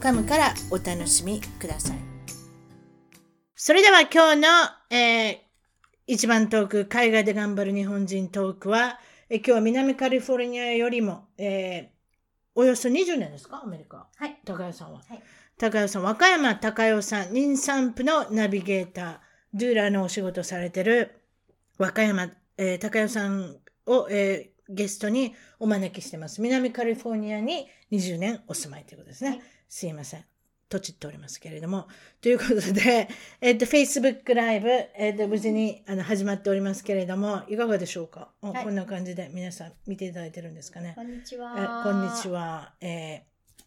.com からお楽しみくださいそれでは今日の、えー一番トーク海外で頑張る日本人トークはえー今日は南カリフォルニアよりも、えーおよそ20年ですかアメリカはい高谷さんは、はい高谷さん和歌山高代さん妊産婦のナビゲータードゥーラーのお仕事されてる和歌山、えー、高代さんを、えーゲストにお招きしてます南カリフォルニアに20年お住まいということですね、はいすいませんとちっておりますけれどもということで、えっと、Facebook ライブ、えっと、無事にあの始まっておりますけれどもいかがでしょうか、おはいこんな感じで皆さん見ていただいてるんですかねこんにちは。えこんにち。は、えー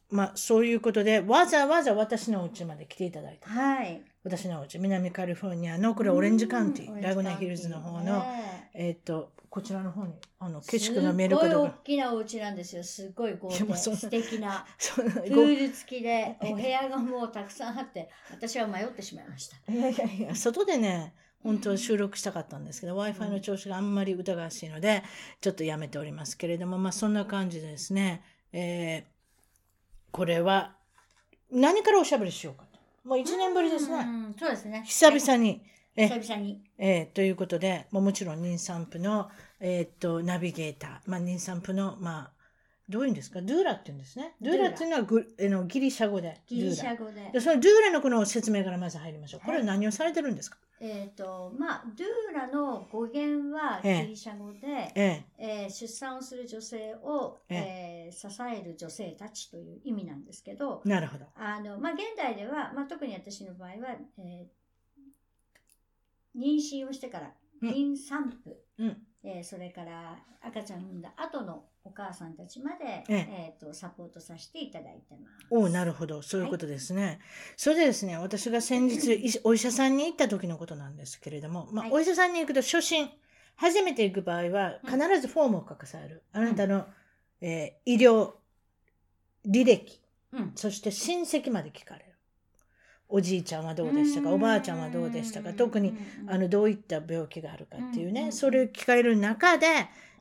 まあ、そういうことでわざわざ私のお家まで来ていただいたはい。私のお家南カリフォルニアのこれオレンジカウンティーラグナヒルズの方の、えっとこちらの方にあの景色が見えるこすっとごい大がきなお家なんですよ。すっごい豪いやもう邸。そんな素敵 な。そうプごール付きで、お部屋がもうたくさんあって、私は迷ってしまいました。いやいやいや外でね本当は収録したかったんですけど w i f i の調子があんまり疑わしいのでちょっとやめておりますけれどもまあそんな感じでですね、えーこれは何からおしゃべりしようかともう1年ぶりですうねん。そうですね。久々に、え久々に。えーということで、まあ、もちろん妊産婦の、えーっとナビゲーター、まあ、妊産婦の、まあ、どういうんですかドゥーラっていうんですねドゥーラっていうのはグえのギリシャ語でギリシドゥーャ語でラで。そのドゥーラのこの説明からまず入りましょうこれは何をされてるんですか、えっ、と、まあ、ドゥーラの語源はええギリシャ語で、ええー出産をする女性を、えー支える女性たちという意味なんですけど、えなるほどあの、まあ、現代では、まあ、特に私の場合は、えー妊娠をしてから、うん妊産婦、うんえーそれから赤ちゃんを産んだ後のお母さんたちまで、ええーとサポートさせていただいてます。おおなるほどそういうことですね、それでですね私が先日いお医者さんに行った時のことなんですけれども、まあはいお医者さんに行くと初診初めて行く場合はうん必ずフォームを書かされる、あなたの、えー医療履歴うん。そして親戚まで聞かれるおじいちゃんはどうでしたかおばあちゃんはどうでしたか特にあのどういった病気があるかっていうね、うんうんそれを聞かれる中で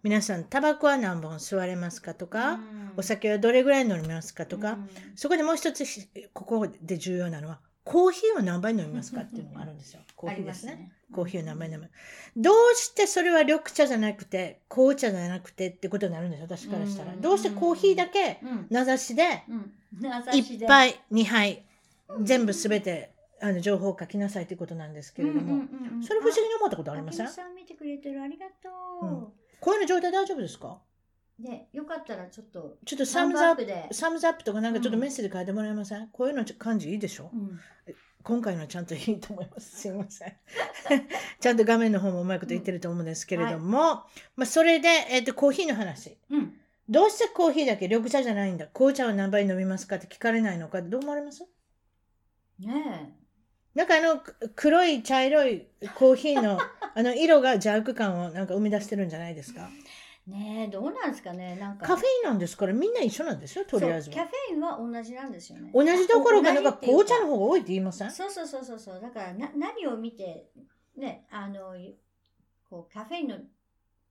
皆さんタバコは何本吸われますかとか、お酒はどれぐらい飲みますかとか、そこでもう一つしここで重要なのはコーヒーを何杯飲みますかっていうのがあるんですよ。ココーヒーですね。。コーヒーを何杯飲む。む。どうしてそれは緑茶じゃなくて紅茶じゃなくてってことになるんですよ私からしたら。うんどうしてコーヒーだけうん。名指しでうん。 1杯2杯全部すべてあの情報を書きなさいということなんですけれども、それ不思議に思ったことありませんあきみさん見てくれてるありがとこういうの状態大丈夫ですかう。ね、よかったらちょっとちょっとササムムズズアアッッププで。サムズアップとかなんかちょっとうんメッセージ変えてもらえません、こういうの感じいいでしょうん今回のはちゃんといいと思います。 すいません。ちゃんと画面の方もうまいこと言ってると思うんですけれども、まあそれで、えっとコーヒーの話。うん。どうしてコーヒーだけ緑茶じゃないんだ紅茶は何杯飲みますかって聞かれないのかってどう思われますねなんかあのく黒い茶色いコーヒ ーのあの色が邪悪感をなんか生み出してるんじゃないですかえ。ねえ、どうなんですかね。なんか。カフェインなんですからみんな一緒なんですよとりあえずそうキャはフェインは同じなんですよね。同じどころかあなんか同じっていう紅茶の方が多いって言いませんそうそうそうそうそう。だからな何を見てねあのこうカフェインの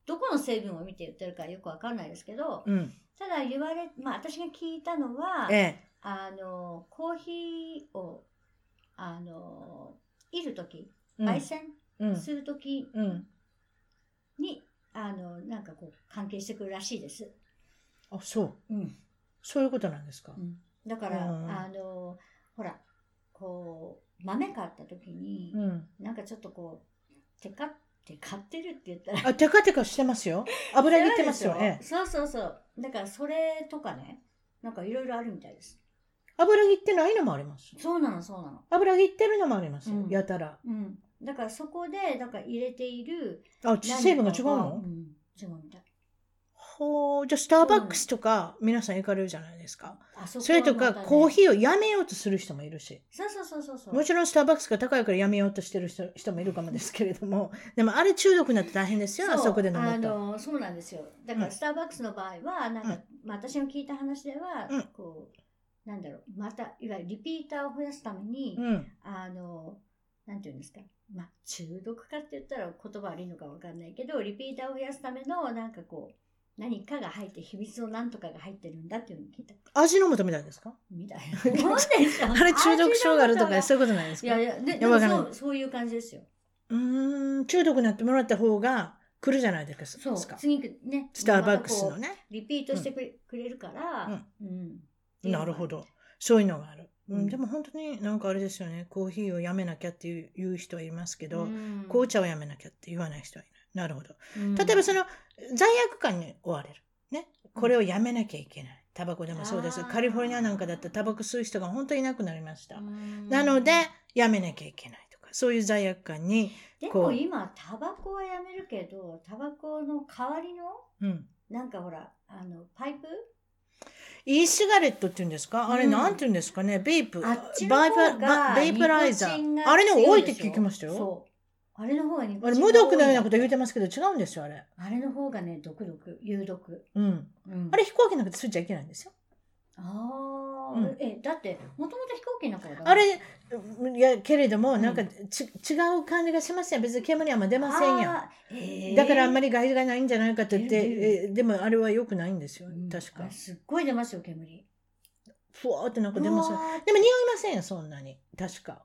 どこの成分を見て言ってるかよくわかんないですけど、うんただ言われまあ私が聞いたのは、えあのコーヒーをあのいる時、え焙煎うんする時うんうんに、あのなんかこう関係してくるらしいです。あそううん。そういうことなんですか、だから、うんあのほらこう豆買った時に、うんなんかちょっとこうテカテカってるって言ったらあ、テカテカしてますよ。油入れてますよ。ええそうそうそう。だからそれとかね、なんかいろいろあるみたいです。油切ってないのもあります。そうなのそうなの。油切ってるのもありますよ。うんやたら。うん。だからそこでだから入れているあ、成分が違う何かのうん、違うみたい。ほう、じゃあスターバックスとか皆さん行かれるじゃないですか。あそこはまたねそれとかコーヒーをやめようとする人もいるし。そうそうそうそうそうもちろんスターバックスが高いからやめようとしてる人人もいるかもですけれども、でもあれ中毒になって大変ですよ、あそこで飲あむと。のそうなんですよだかうんらスターバックスの場合はなんか、まあ、私の聞いた話では、うんこうなんだろうまたいわゆるリピーターを増やすために、うん。あのなんていうんですかまあ中毒化って言ったら言葉悪いのかわかんないけどリピーターを増やすためのなんかこう何かが入って秘密の何とかが入ってるんだっていうのを聞いた味の素みたいですか みたいな。どうでしょうあれ中毒症があるとか味の素そういがうことないですいかうやいや、でいでやもわからそなうそういう感じですよ。ーん、中毒になってもらった方が来るじゃないですそうか。次ねスターバックスのまたこね。うリピートしてくれ,、くれるから、うんなるほど。そういうのがある。う、うんんでも本当になんかあれですよね。コーヒーをやめなきゃっていう言う人はいますけど、うん紅茶をやめなきゃって言わない人はいない。なるほど。うん例えばその罪悪感に追われる。ね。これをやめなきゃいけない。タバコでもそうです。あーカリフォルニアなんかだったらタバコ吸う人が本当にいなくなりましたう。んなので、やめなきゃいけないとか、そういう罪悪感に、でこもう今タバコはやめるけどタバコの代わりのうん。なんかほらあのパイプ e シガレットっていうんですかあれうんなんていうんですかねベイプ。あっちのバ方イパがバベイプライザニコチンー。があれね、強多いいっでてしょ聞きましたよ。そうあれの方がニあコれチン無毒のようなことと言ってますけど違うんですよ、あれ。あれの方がね毒毒有毒、うん。うんあれ飛行機なんかで吸っちゃいけないんですよ。ああ、うんえだってもともと飛行機の中だからあれ、いや、けれども、なんかうんち、違う感じがしますやん。別に煙はあんま出ませんやん。あーへーだからあんまり害がないんじゃないかって言って、出る出えでもあれは良くないんですようん。確あかれ。すっごい出ますよ煙ふわーってなんか出ますうよわーでも匂いませんよ、そんなに。確か。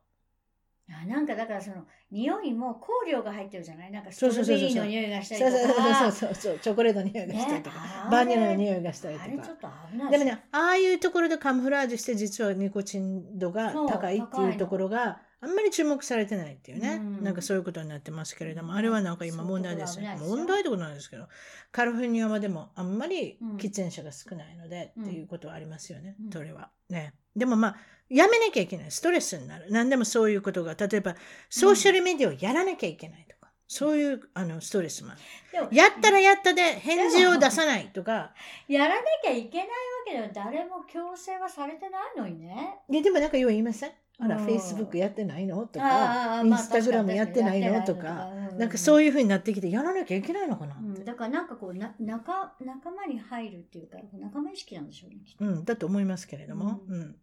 あなんかだからその匂いも香料が入ってるじゃないなんかスそトうそうそうロベそうリーの匂いがしそうたりとそうそうかそうそう、チョコレートの匂いがしたりとか、ねバニラの匂いがしたりとあれちかょ。っと危ないでもね、ああいうところでカムフラージュして、実はニコチン度が高いってそう高いいのうところが、あんまり注目されてないっていうね、うんなんかそういうことになってますけれども、あれはなんか今問題ですね。そういうとこ問ろは危ないですよ題ってことなんですけど、カリフォルニアはでもあんまりうん喫煙者が少ないので、うんっていうことはありますよね、うんそれは。ね。でもまあ、やめなきゃいけない。ストレスになる。何でもそういうことが、例えば、ソーシャルメディアをやらなきゃいけないとか、そういうあのストレスもある。でもやったらやったで返事を出さないとか、やらなきゃいけないわけでは誰も強制はされてないのにねいやでもなんかよう言いませんあら、うんフェイスブックやってないのとあか、ーインまあスタグラムやってないのと確にか、やってないのとなんかそういいうふうになってきて、やらなきゃいけないのかなって。だからなんかこうな仲仲間に入るっていうか仲間意識なんでしょうねきっとうん、だと思いますけれども。ううん。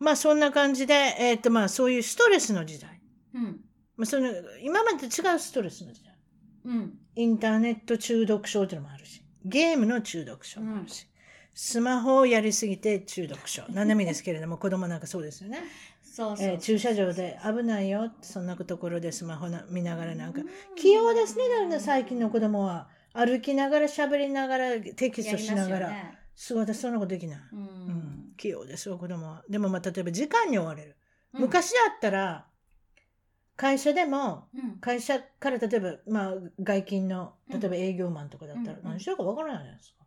まあそんな感じで、えーっとまあそういうストレスの時代。うんまあその、今までと違うストレスの時代。うんインターネット中毒症っていうのもあるし、ゲームの中毒症もあるし、スマホをやりすぎて中毒 症。何でもいいですけれども、子供なんかそうですよね。そうそうえー駐車場で危ないよそんなところでスマホな見ながらなんかうん器用ですねだんだん最近の子供は歩きながら喋りながらテキスやトりしまなすがよらねすごい私そんなことできない、ううんん器用ですよ子供はでもまあ例えば時間に追われる、うん昔だったら会社でもうん会社から例えば、まあ、外勤のう例んえば営業マンとかだったらうん何してるかわからないじゃないですか、うん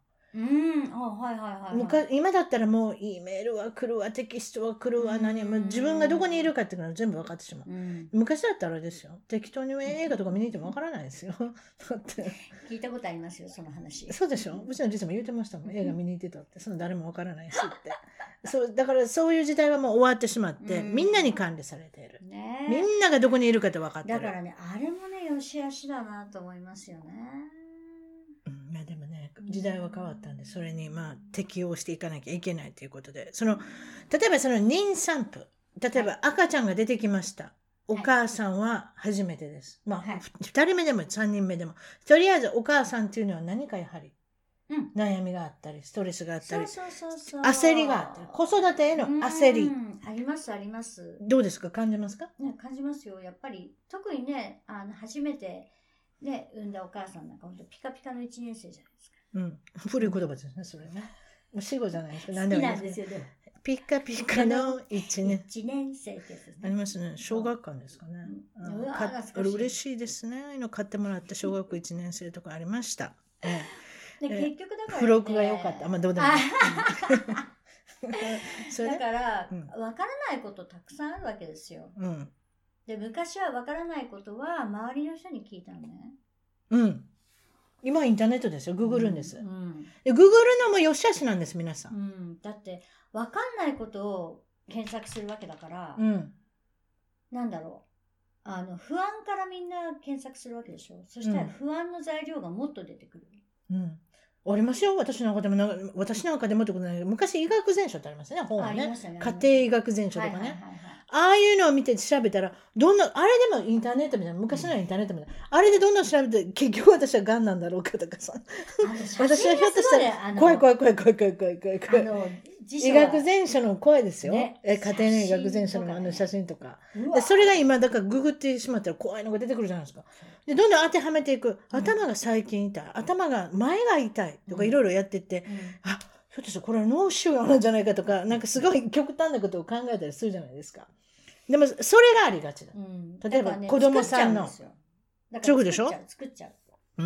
あはいはいはいはい昔今だったらもう E メールは来るわテキストは来るわ何もうん自分がどこにいるかっていうのは全部分かってしまううん昔だったらあれですよ適当に映画とか見に行ってもわからないですよ だって聞いたことありますよその話そうでしょうちのじいちゃんも言ってましたもん映画見に行ってたってその誰もわからないしってそうだからそういう時代はもう終わってしまってうんみんなに管理されているねみんながどこにいるかって分かってだるからねあれもねよしあしだなと思いますよねうんまあでもね時代は変わったんでそれにまあ適応していかなきゃいけないということでその例えばその妊産婦例えば赤ちゃんが出てきました、お母さんは初めてです、まあ、はい2人目でも3人目でもとりあえずお母さんっていうのは何かやはりうん悩みがあったりストレスがあったそうりそうそうそう焦りがあったり子育てへの焦りうんありますありますどうですか感じますかね感じますよやっぱり特にねあの初めてね産んだお母さんなんか本当ピカピカの一年生じゃないですかうん 古い言葉ですねそれねもう死語じゃないですか何で好もきいいなでんすですよでもピッカピカの1年一年生ってやつですありねますね。小学館ですかね。うんあうのわか懐かしいこれ嬉しいですね。ああいうの買ってもらって小学校1年生とかありました。えでえ結局だから、ね、え付録が良かった。あまあどうでもいいあ。 それだで、から、うんわからないことたくさんあるわけですよ。うん。で、昔はわからないことは周りの人に聞いたのね。うん。今インターネットですよ。ググるんです。うんでググるのも良し悪しなんです、皆さ。うんんだって分かんないことを検索するわけだから、うん。なんだろうあの不安からみんな検索するわけでしょそしたうらん不安の材料がもっと出てくる、うん。ありますよ。私なんかでもな、私なんかでもってことないけど、昔医学全書ってありますね、本あはありねま。したね家庭医学全書とはいかはいはいね。はいああいうのを見て調べたら、どんな、あれでもインターネットみたいな、昔のインターネットみたいな、あれでどんどん調べて、結局私は癌なんだろうかとかさ、あの 写私は真ひょがっとしすごたいねら、あの怖い怖い怖い怖い怖い怖い怖い怖あい。の辞書医は学全書の声ですよ。ねえ家庭の医学全書写真とのかあねの写真とか。うわでそれが今だからググってしまったら怖いのが出てくるじゃないですか。でどんどん当てはめていく頭が最近痛い頭が前が痛いとかうんいろいろやってって、うんあひょっとしてこれは脳腫瘍なんじゃないかとかなんかすごい極端なことを考えたりするじゃないですか。でもそれがありがちだ。うん例えばだからね子供さんの作っちゃうんですよそういうことでしょだから作っちゃう作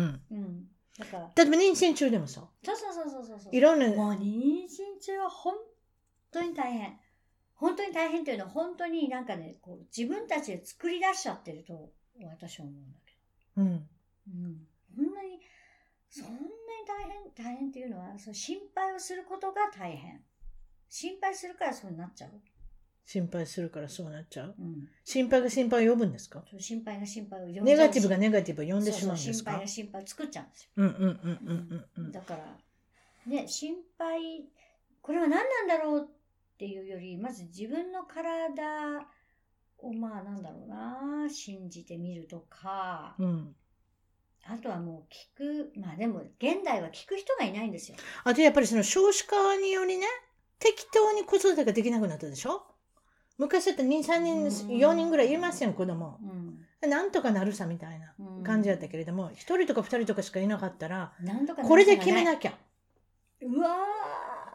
うっちゃん、ううんだから例えば妊娠中でもそうそうそうそうそうそうそういろんなもう妊娠中は本当に大変本当に大変というのは本当になんかねこう自分たちで作り出しちゃってると私は思うんだけうんど、うん、そんなにそんなに大変大変っていうのはそう心配をすることが大変心配するからそうなっちゃう、心配するからそうなっちゃううん、心配が心配を呼ぶんですかそう心配が心配を呼んじゃうしネガティブがネガティブを呼んでしまうんそでうすそう心配かが心配を作っちゃうんですようんうんうんうんうんうんだから、ね、心配、これは何なんだろうっていうより、まず自分の体を、まあなんだろうな、信じてみるとか、うん、あとはもう聞く、まあでも現代は聞く人がいないんですよ。あとやっぱりその少子化によりね適当に子育てができなくなったでしょ昔だって23人うん4人ぐらいいますよ子供うん。なんとかなるさみたいなうん感じだったけれども1人とか2人とかしかいなかったらなんとかこれで決めなきゃうわ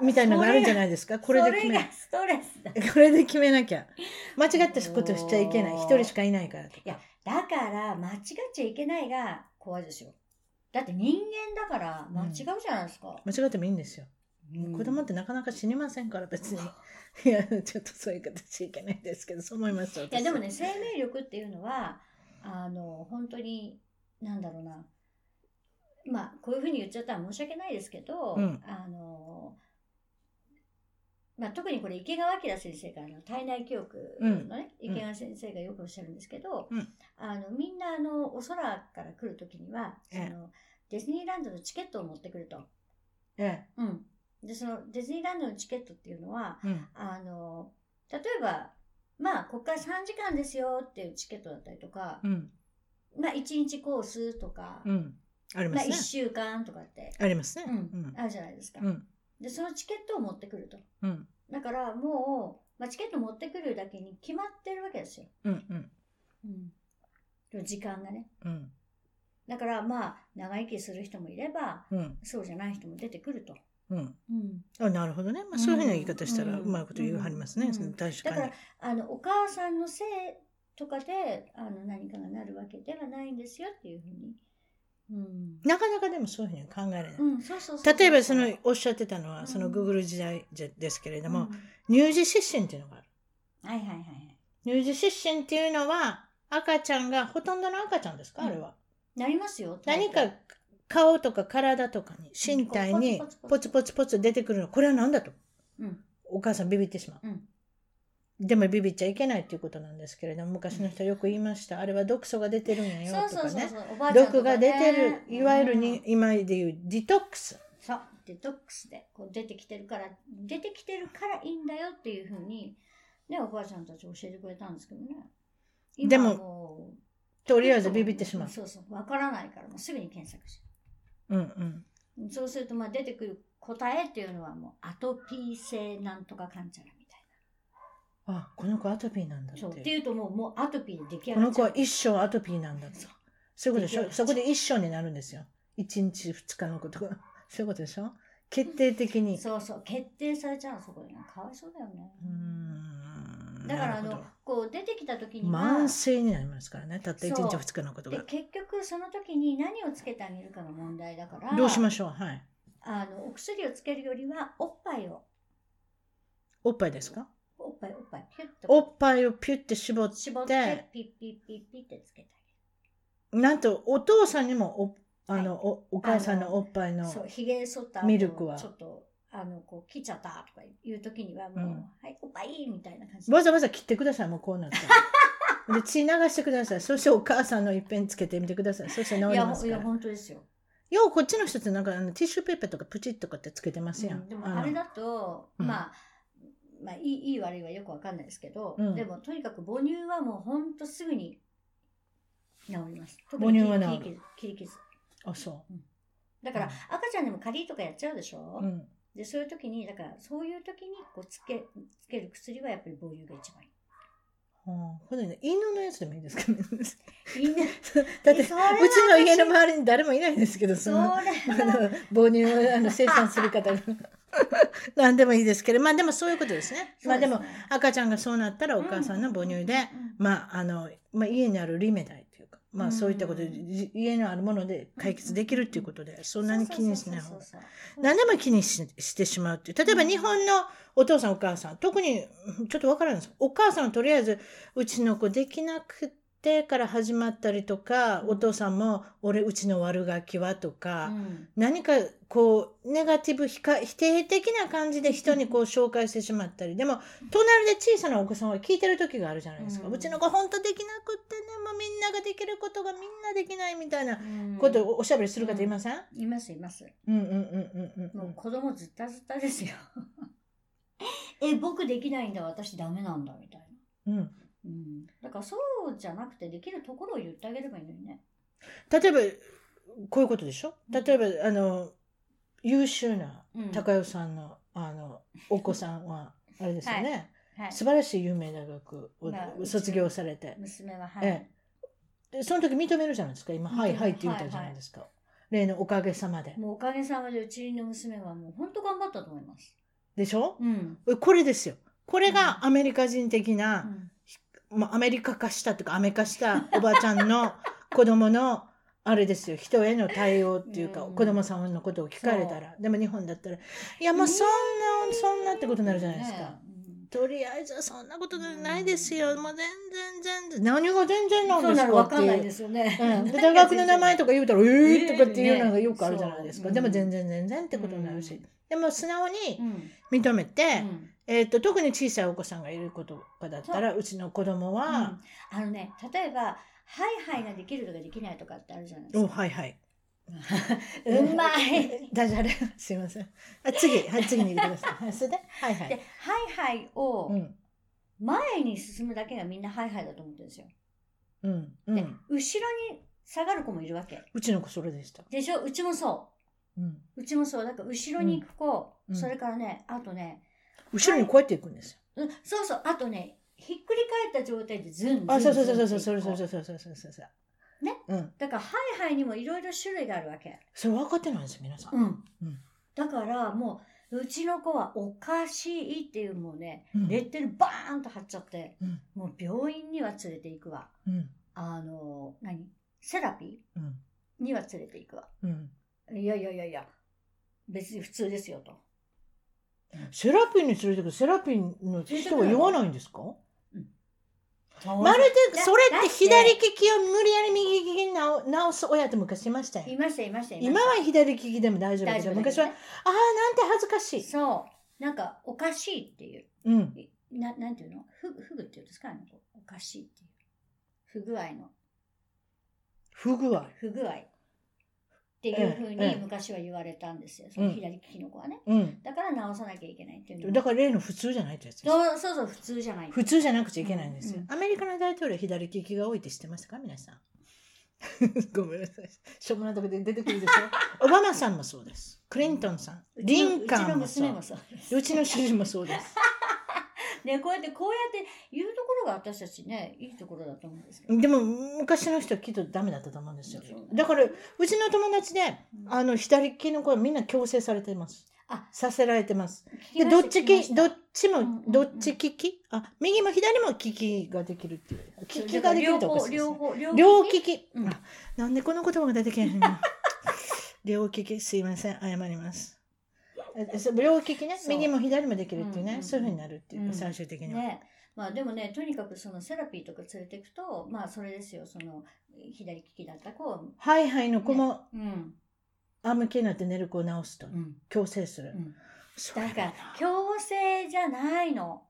ーみたいなのがあるんじゃいないですかここれれがで決めストレスだ。これで決め なきゃ間違ったことしちゃいけないおー1人しかいないからとかいやだから、間違っちゃいけないが怖いですよ。だって人間だから間違うじゃないですか。間違ってもいいんですようん子供ってなかなか死にませんから 別にいやちょっとそういう形いけないですけどそう思いますいやでもね生命力っていうのはあの本当になんだろうなまあこういうふうに言っちゃったら申し訳ないですけど、うんあのまあ、特にこれ池川明先生があの体内教育のね、うん池川先生がよくおっしゃるんですけど、うんあのみんなあのお空から来る時にはそええのディズニーランドのチケットを持ってくると、えうん、でそのディズニーランドのチケットっていうのはえうんあの例えばまあここから3時間ですよっていうチケットだったりとか、うんまあ1日コースとか、うんありままあす1ね週間とかって、ありますねうんあるじゃないですか、うんでそのチケットを持ってくるとうんだからもう、まあ、チケット持ってくるだけに決まってるわけですよ、うんうんうん、時間がねうんだからまあ長生きする人もいればうんそうじゃない人も出てくると、うんうん、あなるほどね、まあ、そういうふうな言い方したらうんうまいこと言うはりますね、うんその確かだにからあのお母さんのせいとかであの何かがなるわけではないんですよっていうふうに。うん。なかなかでもそういうふうに考えられない、うん、そうそうそうそう例えばそのおっしゃってたのうはんそのグーグル時代じゃですけれども、うん乳児湿疹っていうのがあるはいはいはいはい。乳児湿疹っていうのは赤ちゃんがほとんどの赤ちゃんですか、うんあれはなりますよ。何か顔とか体とかに身体にポポツツポポツポツ出てくるのこれは何だとうん。お母さんビビってしまううん。でもビビっちゃいけないっていうことなんですけれども昔の人はよく言いましたあれは毒素が出てるんやよそうとかそうそうねそう。おばあちゃんと毒かがね出てるいわゆるうにん今で言うディトックスそうデトックスでこう出てきてるから出てきてるからいいんだよっていうふうにねおばあちゃんたち教えてくれたんですけどね。今でもはうとりあえずビビってしまうそうそうわからないからもうすぐに検索しうんうんそうするとまあ出てくる答えっていうのはもうアトピー性なんとかかんちゃらみたいあこの子アトピーなんだな。そうっってていうともうもうアトピーで出来上こがっのち子ゃはう。一生アトピーなんだってそうそういうことでし出来上ょがっちゃそうこで一生になるんですよ1日2日のことがそういうことでしょ決定的にそうそう決定されちゃうのそこでねかわいそうだよね。うーんだからなあるほのどこう出てきた時には慢性になりますからねたった1そう日2日のことでが結局その時に何をつけてあげるかが問題だからどうしまししょうはいあのお薬をつけるよりはおっぱいをおっぱいですかおっぱいおっぱいピュッとおこっぱいをピュッて絞っう絞っててピッピッピッピッってつけてなんとお父さんにもおあの、おお母さんのおっぱいのそう、ひげ剃った後ミルクはちょっと、あの、こう、切っちゃったとかいう時には、もう、うんはい、おっぱいみたいな感じで。わざわざ切ってくださいもうこうなった らで血流してくださいそしてお母さんの一遍つけてみてくださいそして治りいや、まほすいかや、ら本当ですよ。ようこっちの人ってなんかあのティッシュペーパーとかプチッとかってつけてますやん、うんでもあれだと、うんまあ、まあ、いいいい悪いはよくわかんないですけど、うんでもとにかく母乳はもうほんとすぐに治ります。母乳は治る特に切り傷切り傷ああそだから、うん赤ちゃんでもカリとかやっちゃうでしょ、ううんで、そういう時に、だからそういう時にこうつけつける薬はやっぱり母乳が一番いい。ほうこれね犬のやつでもいいですかね みんな、だってう えちそれは私の家の周りに誰もいないんですけどそそれのあは、の母乳をあの生産する 方が何でもいいですけどまあでもそういうことですねまあでもそうすね赤ちゃんがそうなったらお母さんの母乳で、うんまああのまあ、家にあるリメダイというか、まうあ、んそういったことで、じ家のあるもので解決できるっていうことで、そんなに気にしない方がそうそうそうそう何でも気にししてしまうっていう例えばうん日本のお父さんお母さん特にうんちょっとわからないですお母さんはとりあえずうちの子できなくてから始まったりとか、うんお父さんも「俺うちの悪ガキは」とか、うん何かこうネガティブひか否定的な感じで人にこう紹介してしまったりでも隣で小さなお子さんは聞いてる時があるじゃないですか、ううんちの子ほんとできなくってねもうみんなができることがみんなできないみたいなうんことをおしゃべりする方いません、いますいます。うん、うんうんうんうんうもうん子供ずったずったですよ。 え、僕できないんだ、私ダメなんだ、みたいな。うんうん。だからそうじゃなくて、できるところを言ってあげればいいのにね。例えばこういうことでしょ例えばあの優秀なうん高代さんの,、あのお子さんはあれですよね、はい。素晴らしい有名大学をまあ卒業されて。娘は、はい。えでその時認めるじゃないですか今「認めはいはい」って言ったじゃないですか、例の「おかげさまでもうおかげさまで、うちの娘はもう本当頑張ったと思います。」でしょうん。これですよこれうんがアメリカ人的うな、んまあアメリカ化したというかアメ化した おばあちゃんの子供のあれですよ人への対応っていうか、うん子供さんのことを聞かれたらでも日本だったらいやもうそんな、そんなってことになるじゃないですか。ねうんとりあえずはそんなことないですよ、もう全然全然何が全然なんそうでなすのかわってかんないいうですよね。うん、で大学の名前ととか言うたら「ええー」ーとかっていうのがよくあるじゃないですか、ねでもそう全然全然ってことになるし、うんでも素直にうん。認めて、うんえー、と特に小さいお子さんがいる子とかだったらうちの子供はあのね、例えば、はいはいができるとかできないとかってあるじゃない「ですおか。はいはい」うまい。ダジャレすいませんあ次、はい、次に行ってくださいはいそれで「はいはでい」、はいはいをうん前に進むだけがみんなはいはいだと思ってるんですよ。うんうで、ん、後ろに下がる子もいるわけ。うちの子それでした、でしょうちもそうん、う。うちもそう。だから後ろに行く子、うんうんそれからね、あとね、後ろにこうやって行くんですよ、うんそうそう、あとね、ひっくり返った状態でズンズンあそうそうそうそうそうズそンれっていそれく子それそれそれそれそれそれねうんだから、はいはいにもいろいろ種類があるわけ。それ分かってないんですよ皆さん、うん。うんだから、もう、うちの子はおかしいっていうもうね、うんレッテルバーンと貼っちゃって、うんもう病院には連れて行くわ。うんあの、何セラピうーんには連れて行くわ。うんいやいやいやいや、別に普通ですよと。セラピーに連れてくるセラピーの人は言わないんですかまるでそれって左利きを無理やり右利きに直直す親って昔いましたよいましたいましたいました。今は左利きでも大丈夫で大す丈よ夫昔はあだあなんて恥ずかしけどねいそう。なんか、おかしいっていう。うんいななんていうのふふぐっていうんですかあのおかしいっていう。不具合の。不具合不具合。っていうふうえええにえ昔は言われたんですよ。その左利きの子はね。うんだから直さなきゃいけないっていうのだから例の普通じゃないってやつですそうそうそう、普通じゃない。普通じゃなくちゃいけないんですよ、うんアメリカの大統領は左利きが多いって知ってましたか皆さ んごめんなさいしょうもないとこで出てくるでし ょオバマさんもそうですクリントンさんうちリのンカンもうちその娘うもそうですうちの主人もそうです ね、こうやって、こうやって言うところが私たちね、いいところだと思うんですけど。でも昔の人はきっとダメだったと思うんですよそう。だからうちの友達であの左利きの子はみんな強制されてます。あさせられてます。聞きでまどしったち聞きましきたどっちうんうんもうんどっち利きあ右も左も利きができるっていう利きができるっておかしいです両ね。方、両方、両利き。うんあ なんでこの言葉が出てけへんの。両利きすいません謝ります。えそう両利きねそう右も左もできるっていうね、うんうんうんそういうふうになるっていうか、うん最終的には、ねまあ、でもねとにかくそのセラピーとか連れてくとまあそれですよその左利きだった子をハイハイの子もうん仰向けになって寝る子を治すと、うん強制する、うんそれだはから強制じゃないの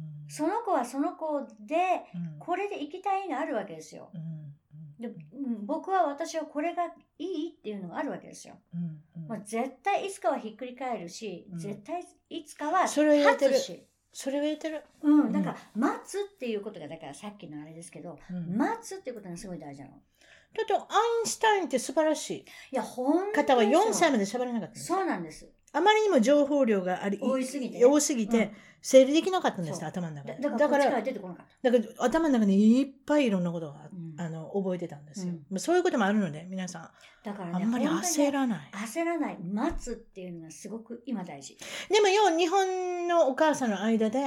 うんその子はその子でうんこれで行きたいのあるわけですようんで、うん僕は私はこれがいいっていうのがあるわけですよ、うんうんまあ、絶対いつかはひっくり返るし、うん絶対いつかはそれは言えてる立つしそれは言えてる、うん、だから待つっていうことがだからさっきのあれですけどうんだ待つっていうことがすごい大事なのってアインシュタインって素晴らしいいや本当方はにそう4歳まで喋れなかったんですそうなんですあまりにも情報量があり多いすぎてね多すぎて、整理できなかったんですそう頭の中だでだかだからこっちからら出てこなかっただから頭の中にいっぱいいろんなことが、うんあの覚えてたんですよ、うんまあそういうこともあるので皆さんだからあねんまり本当に焦ねらない、焦らない待つっていうのがすごく今大事でもよう日本のお母さんの間で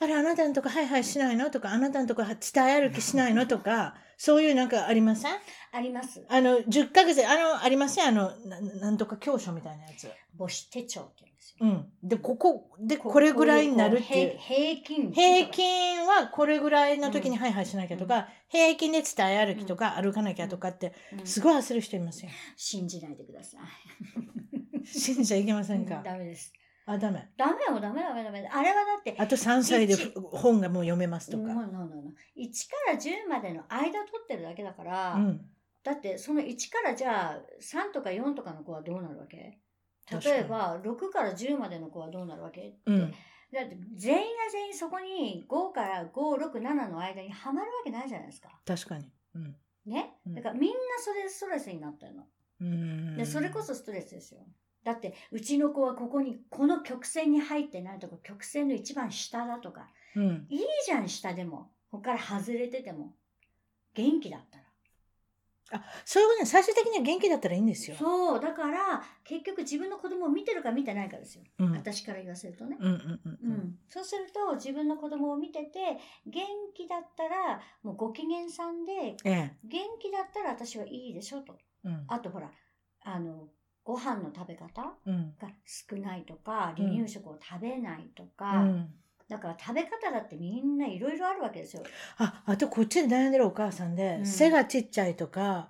あれあなたのとこハイハイしないのとかあなたのとこ伝え歩きしないのとかそういうなんかありませんありますあの10ヶ月あのありませんあのななんとか教書みたいなやつ母子手帳って言うんですうよんでここでこれぐらいになるっていうこう平均平均はこれぐらいの時にハイハイしなきゃとか、平均で伝え歩きとか歩かなきゃとかってうんすごい焦る人いますよ。信じないでください 信じちゃいけませんか。ダメですあダメ。ダメよダメダメダメあれはだってあと3歳で一本がもう読めますともうか。なんだろうな1から10までの間取ってるだけだから、うん。だってその1からじゃあ3とか4とかの子はどうなるわけ確かに例えば6から10までの子はどうなるわけって、うん。だって全員が全員そこに5から567の間にはまるわけないじゃないですか。確かに。うん。ね、うんだからみんなそれでストレスになったの。うんでそれこそストレスですよ。だってうちの子はここにこの曲線に入ってないとか曲線の一番下だとかうん。いいじゃん下でもここから外れてても元気だったら。そういうことね最終的には元気だったらいいんですよ。そうだから結局自分の子供を見てるか見てないかですよ、うん。うん私から言わせるとね、うんううんんそうすると自分の子供を見てて元気だったらもうご機嫌さんでうん。え元気だったら私はいいでしょとえ。うん。あとほらあのご飯の食べ方うん。が少ないとかうん離乳食を食べないとうか、ん。だから食べ方だってみんないろいろあるわけですよあ、あとこっちで悩んでるお母さんで、うん背がちっちゃいとか。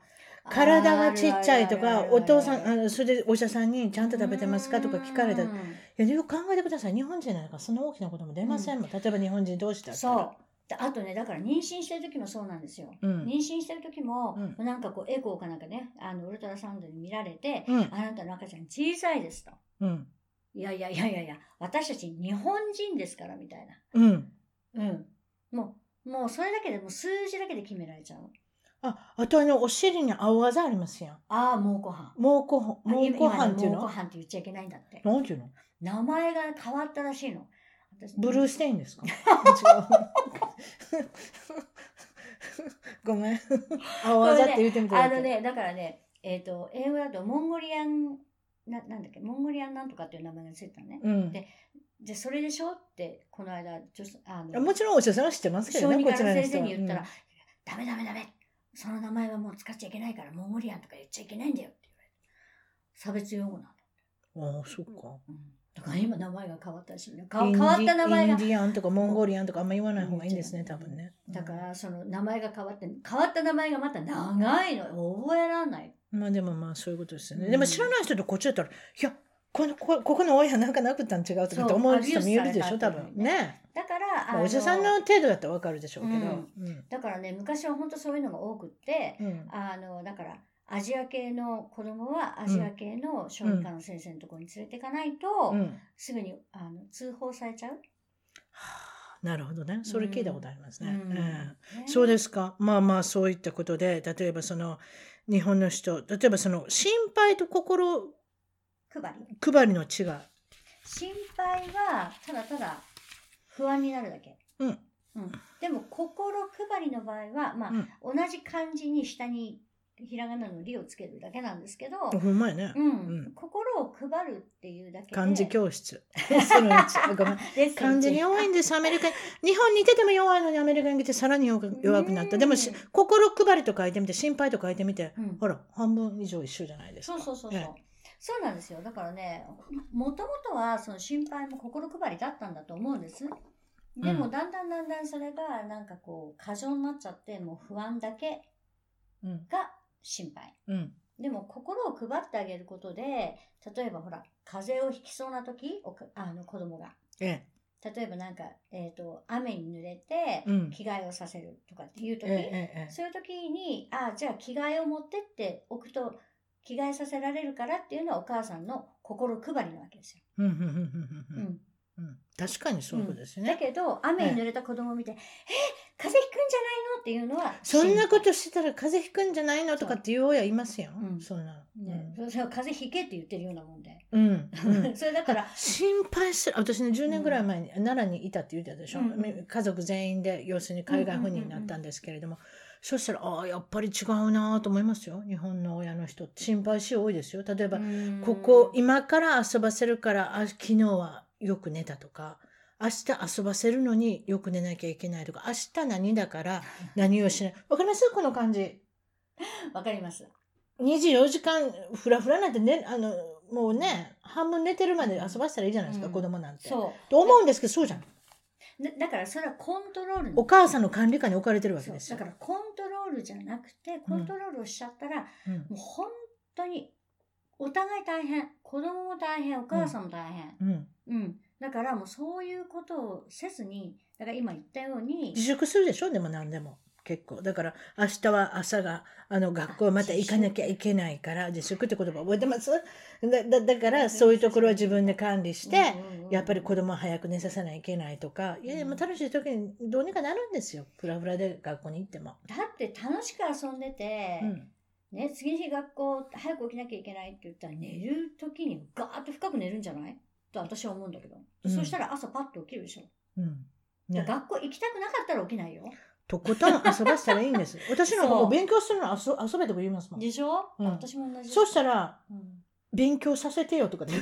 体がちっちゃいとあかるあるあるあるお父さんあのそれでお医者さんにちゃんと食べてますかとか聞かれたういんやよく考えてください日本人なんかそんな大きなことも出ませんもん、例えば日本人同士だったらそうであとねだから妊娠してる時もそうなんですよ、うん妊娠してる時も、うなんかこうエコーかなんかねあのウルトラサウンドに見られて、うんあなたの赤ちゃん小さいですとうんいやいやいやいやいや私たち日本人ですからみたいうんなうんもうもうそれだけでもう数字だけで決められちゃうああとあのお尻に青あざありますやんああもうご飯蒙古斑あ蒙今古斑っていう今ね蒙の古飯って言っちゃいけないんだってなんていうの名前が変わったらしいの私ブルーステインです か違うごめん青あざって言ってみたあだけのね、だからね、えっ、と、英語だとモンゴリアン、ななんだっけ、モンゴリアンなんとかっていう名前がついてたのね。うんでじゃあそれでしょって、この間、女子あのもちろんお医者さんは知ってますけど小ね児こ科のちらの先人生はに言ったら、ダメダメダメ、その名前はもう使っちゃいけないから、モンゴリアンとか言っちゃいけないんだよって言われて。差別用語なの。うんああそっかうんだから今名前が変わったらしいね。かイン変ディわった名前イがンデ。ィアンとかモンゴリアンとかあんま言わない方がいいんですねうん多分ねだからその名前が変わって変わった名前がまた長いの覚えらんないまあでもまあそういうことですよね、うんでも知らない人とこっちだったらいやこのこここの親なんかなくったん違うとかって思う人もいるでしそょう多分ねだからまああのお医者さんの程度だったらわかるでしょうけど、うんうんだからね昔は本当そういうのが多くって、うんあのだからアジア系の子供はアジア系の小児科の先生のところに連れていかないと、うんすぐにあの通報されちゃう、はあなるほどねそれ聞いたことありますね、うんええねそうですかまあまあそういったことで例えばその日本の人例えばその心配と心配り配りの違い心配はただただ不安になるだけ、うんうんでも心配りの場合は、まあ同じ漢字に下にひらがなの「り」をつけるだけなんですけど、うん、ほんまやね、うんうん心を配るっていうだけで漢字 教室そのうちご めんレッスン感じに弱いんですアメリカに日本にいてても弱いのにアメリカに来てさらに弱く弱くなったでもしうん心配りと書いてみて心配と書いてみてうんほら半分以上一緒じゃないですそかうそうそうそう。えそうなんですよ。だからね、もともとはその心配も心配りだったんだと思うんです。でうもんだんだんだんだんそれがなんかこう過剰になっちゃって、もう不安だけうんが心配。うんでも心を配ってあげることで、例えばほら、風邪をひきそうな時、おかあの子供が。ええ例えばなんか、えっ、と、雨に濡れてうん着替えをさせるとかっていう時、ええええそういう時に、ああ、じゃあ着替えを持ってっておくと、着替えさせられるからっていうのはお母さんの心配りなわけですよ。うんうんうんうんうんうん確かにそうですうんだね。けど、雨に濡れた子供を見て、え風邪ひくんじゃないのっていうのは、そんなこ心としてたら風邪ひくんじゃないのとかっていう親いますよう。んそんな配。ね、それは風邪ひけって言ってるようなもんで。うんうんうん。それ だから、心配する私ね10年ぐらい前に奈良にいたって言ってたでしょ、うんうん家族全員で要するに海外赴任になったんですけれども、そしたらああやっぱり違うなあと思いますよ日本の親の人って心配し多いですよ例えば、うんここ今から遊ばせるからあ昨日はよく寝たとか明日遊ばせるのによく寝なきゃいけないとか明日何だから何をしないわかりますこの感じわかります。 24時間フラフラなんて、ね、あのもうね半分寝てるまで遊ばせたらいいじゃないですか、うん子供なんて。そと思うんですけどそうじゃんう。だだからそれはコントロールなんですお母さんの管理下に置かれてるわけそうですだよからコントロールじゃなくてコントロールをしちゃったら、うんもう本当にお互い大変子供も大変お母さんも大変、うん、うんだからもうそういうことをせずにだから今言ったように自粛するでしょでも何でも結構だから明日は朝があの学校また行かなきゃいけないから自粛って言葉覚えてますだだだからそういうところは自分で管理して、うんうんうんやっぱり子供は早く寝させないといけないとかいやいやもう楽しい時にどうにかなるんですよフラフラで学校に行っても。だって楽しく遊んでて、うんね、次の日学校早く起きなきゃいけないって言ったら寝る時にガーッと深く寝るんじゃないと私は思うんだけど、うんそしたら朝パッと起きるでしょ、うんでね、学校行きたくなかったら起きないよとことん遊ばせたらいいんです。私の そ方う勉強するの遊遊べとか言いますもん。でしょ、うん私も同じそうしたらうん勉強させてよと かって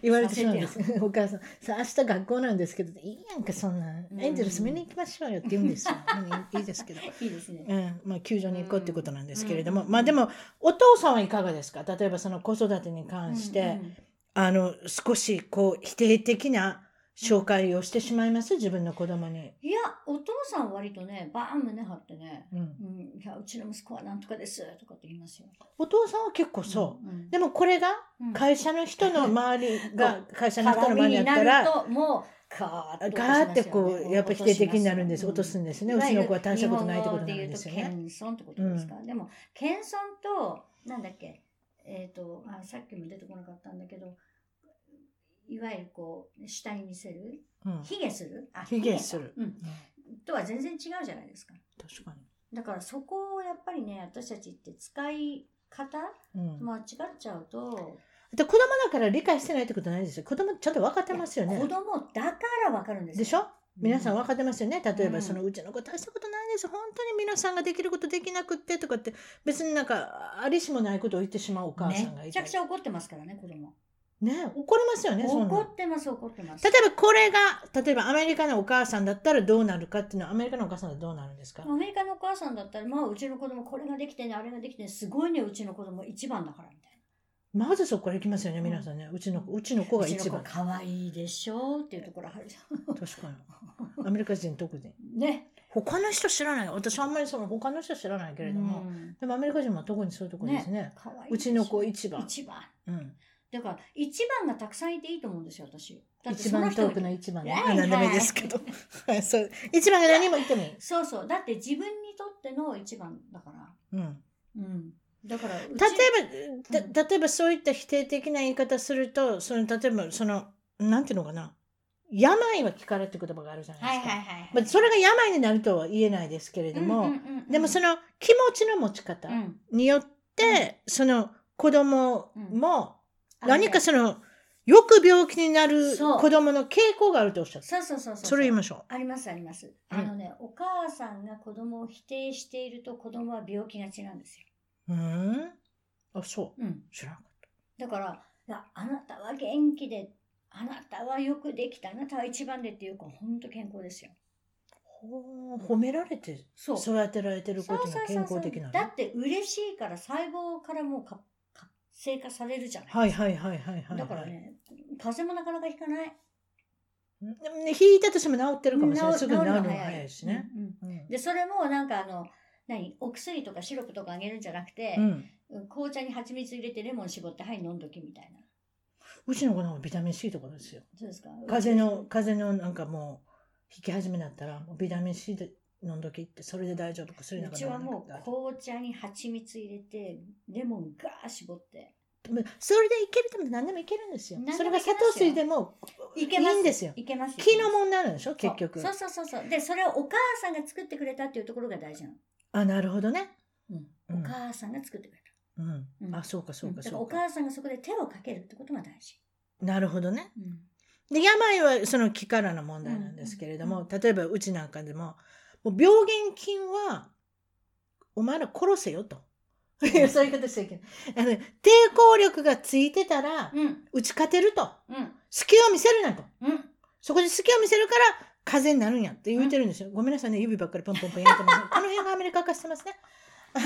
言われてしまうんですさせ お母さんさあ明日学校なんですけどいいやんかそんなんエンゼルス見に行きましょうよって言うんですようんいいですけど、いいですね。うんまあ、球場に行こうってことなんですけれども、うんまあでもお父さんはいかがですか例えばその子育てに関して、あの少しこう否定的な紹介をしてしまいます自分の子供に。いや、お父さん割とね、バーン胸張ってね、うんうん、いや、うちの息子はなんとかですとかって言いますよ。お父さんは結構そう、うん。うんでもこれがうん会社の人の周りうがん会社の人の絡周みりだにっなたらると、もう、ガーッと落としますよね、ガーってこうやっぱ否定的になるんです落とすんんですねうちの子は大したことないってことでなん言うでとすよね。謙遜ってことですか。でも、謙遜と、なんだっけ、えっ、とあ、さっきも出てこなかったんだけど、いわゆるこう、下に見せる、うん卑下するあ、卑下する卑下かうん。とは全然違うじゃないですか。確かだからそこをやっぱりね私たちって使い方に、うん間違っちゃうと、で子供だから理解してないってことないですよ子供ちゃんと分かってますよね子供だからわかるんですよでしょ皆さんう分かってますよね例えうばんそのうちの子大したことないです本当に皆さんができることできなくってとかって別になんかありしもないことを言ってしまうお母さんがめいちゃてくちゃ怒ってますからね子供、ね怒りますよねそんな怒のってます怒ってます例えばこれが例えばアメリカのお母さんだったらどうなるかっていうのはアメリカのお母さんだったらどうなるんですか、アメリカのお母さんだったらまあうちの子供これができてねあれができてねすごいねうちの子供一番だからみたいまずそこからいきますよね皆さんねうちの子うちの子がなうちの一子番可愛いでしょっていうところあるじゃ確かにアメリカ人特にんね他の人知らない私はあんまりその他の人知らないけれども、うんでもアメリカ人は特にそういうところですね可愛いでしょうちの子一番一番うん、だから一番がたくさんいていいと思うんですよ私だって一その番人遠くの一番ねはいあ何でもいいですけどはいそう一番が何も言ってもいい、そうそう。だって自分にとっての一番だから。うん、うん。だから、例えば、だ例えばそういった否定的な言い方するとその例えばそのなんていうのかな病は気からって言葉があるじゃないではいすか、はいはい。まあ、それが病になるとは言えないですけれども、うんうんうんうんでもその気持ちの持ち方、うんによって、その子供もあのね何かその、よく病気になるそう子供の傾向があるとおっしゃってそうそうそうそう。それ言いましょありますあります。うんあのね、お母さんが子供を否定していると子供は病気がちなんですよ。う。うん。あ、そうん。う。知らなかっだから、いやあなたは元気で、あなたはよくできた、あなたは一番でっていう子は本当健康ですよ。た。ほう褒められてそう。育てられてることが健康的なのだって嬉しいから細胞からもうかか性化されるじゃない、はいはいはいはいはい。だから。ね風邪もなかなかひかないでもね、引いたとしても治ってるかもしれない。すぐに治るのがが早いしね。、うんうんうん。でそれもなんかあの何お薬とかシロップとかあげるんじゃなくてう、ん。うん紅茶に蜂蜜入れてレモン絞ってはい飲んどきみたいなうちの子の方ビタミン C とかですよ。そうですか風邪の、風邪のなんかもう、引き始めだったら、もうビタミン C で飲んどきって、それで大丈夫か、それなうんかちはもうなかった紅茶に蜂蜜入れてレモンガー絞ってそれでいけるとも何でもいけるんですよ何。でもそれが砂糖水でもいいいけますんですよ。いけます木のもんになるんでしょ、結局そ。うそうそうそうそうでそれをお母さんが作ってくれたっていうところが大事なの、あ、なるほどね。うんお母さんが作ってくれた、うんう。んあ、そうかそううんかだからそおうか。母さんがそこで手をかけるってことが大事、なるほどね。うんで病はその木からの問題なんですけれども、うん例えばうちなんかでももう病原菌はお前ら殺せよと。 いやそういうことしちゃいけない。あの抵抗力がついてたらうん打ち勝てると。うん隙を見せるなと。うんそこで隙を見せるから風邪になるんやって言うてるんですよ。ごめんなさいね、指ばっかりポンポンポンやって ます。この辺がアメリカ化してますね。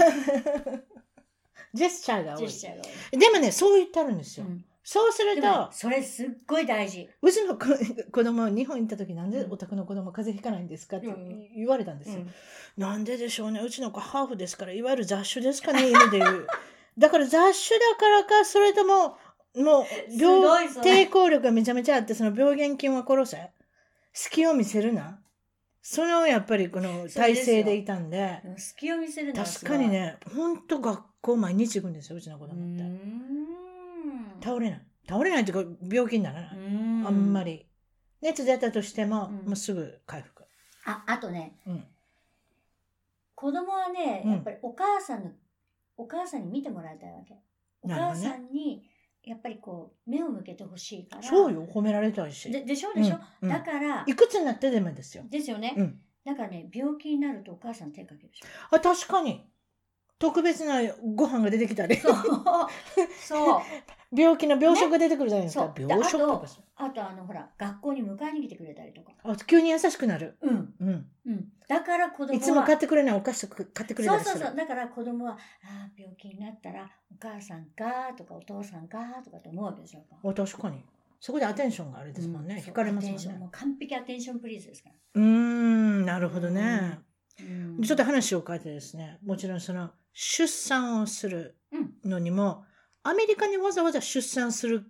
ジェスチャーが多ジェスチい。ャーがでもね、そう言ってあるんです多いよ。うんそうするでと、もねそれすっごい大事うちの子子供日本行った時なんでうんお宅の子供風邪ひかないんですかってうん言われたんですよ、うんなんででしょうねうちの子ハーフですからいわゆる雑種ですかね犬でいう だから雑種だからかそれとももうすご病いそれ抵抗力がめちゃめちゃあってその病原菌は殺せ隙を見せるなそのやっぱりこの体制でいたんででも隙を見せるのはす確ごいかにねほんと学校毎日行くんですようちの子うー供ってん倒れない倒れないっていうか病気にならない、うんあんまり。熱出たとしても、うんもうすぐ回復。ああとねうん。子供はねうんやっぱりお母さんの、お母さんに見てもらいたいわけおなるほ母どねさんにやっぱりこう目を向けてほしいからそうよ、褒められたいし。ででしょでしょ、うんうんだからいくつになってでもですよ。ですよね、うんだからね病気になるとお母さん手かけるでしょあ、確かに。特別なご飯が出てきたり、そうそう 病気の病食が出てくるじゃないですか。ねそう病食とでかああとあのほら学校に迎えに来てくれたりとかあ。急に優しくなる。うんうん。うんだから子供はいつも買ってくれないお菓子とか買ってくれたそうりすそうる。そうだから子供はあー病気になったらお母さんがとかお父さんがとかと思うわけでしょあ確かに。そこでアテンションがあれですもんね。そ惹うかれますアもテンションんね。もう完璧アテンションプリーズですから、うーん、なるほどね。うんちょっと話を変えてですね、もちろんその出産をするのにも、アメリカにわざわざ出産する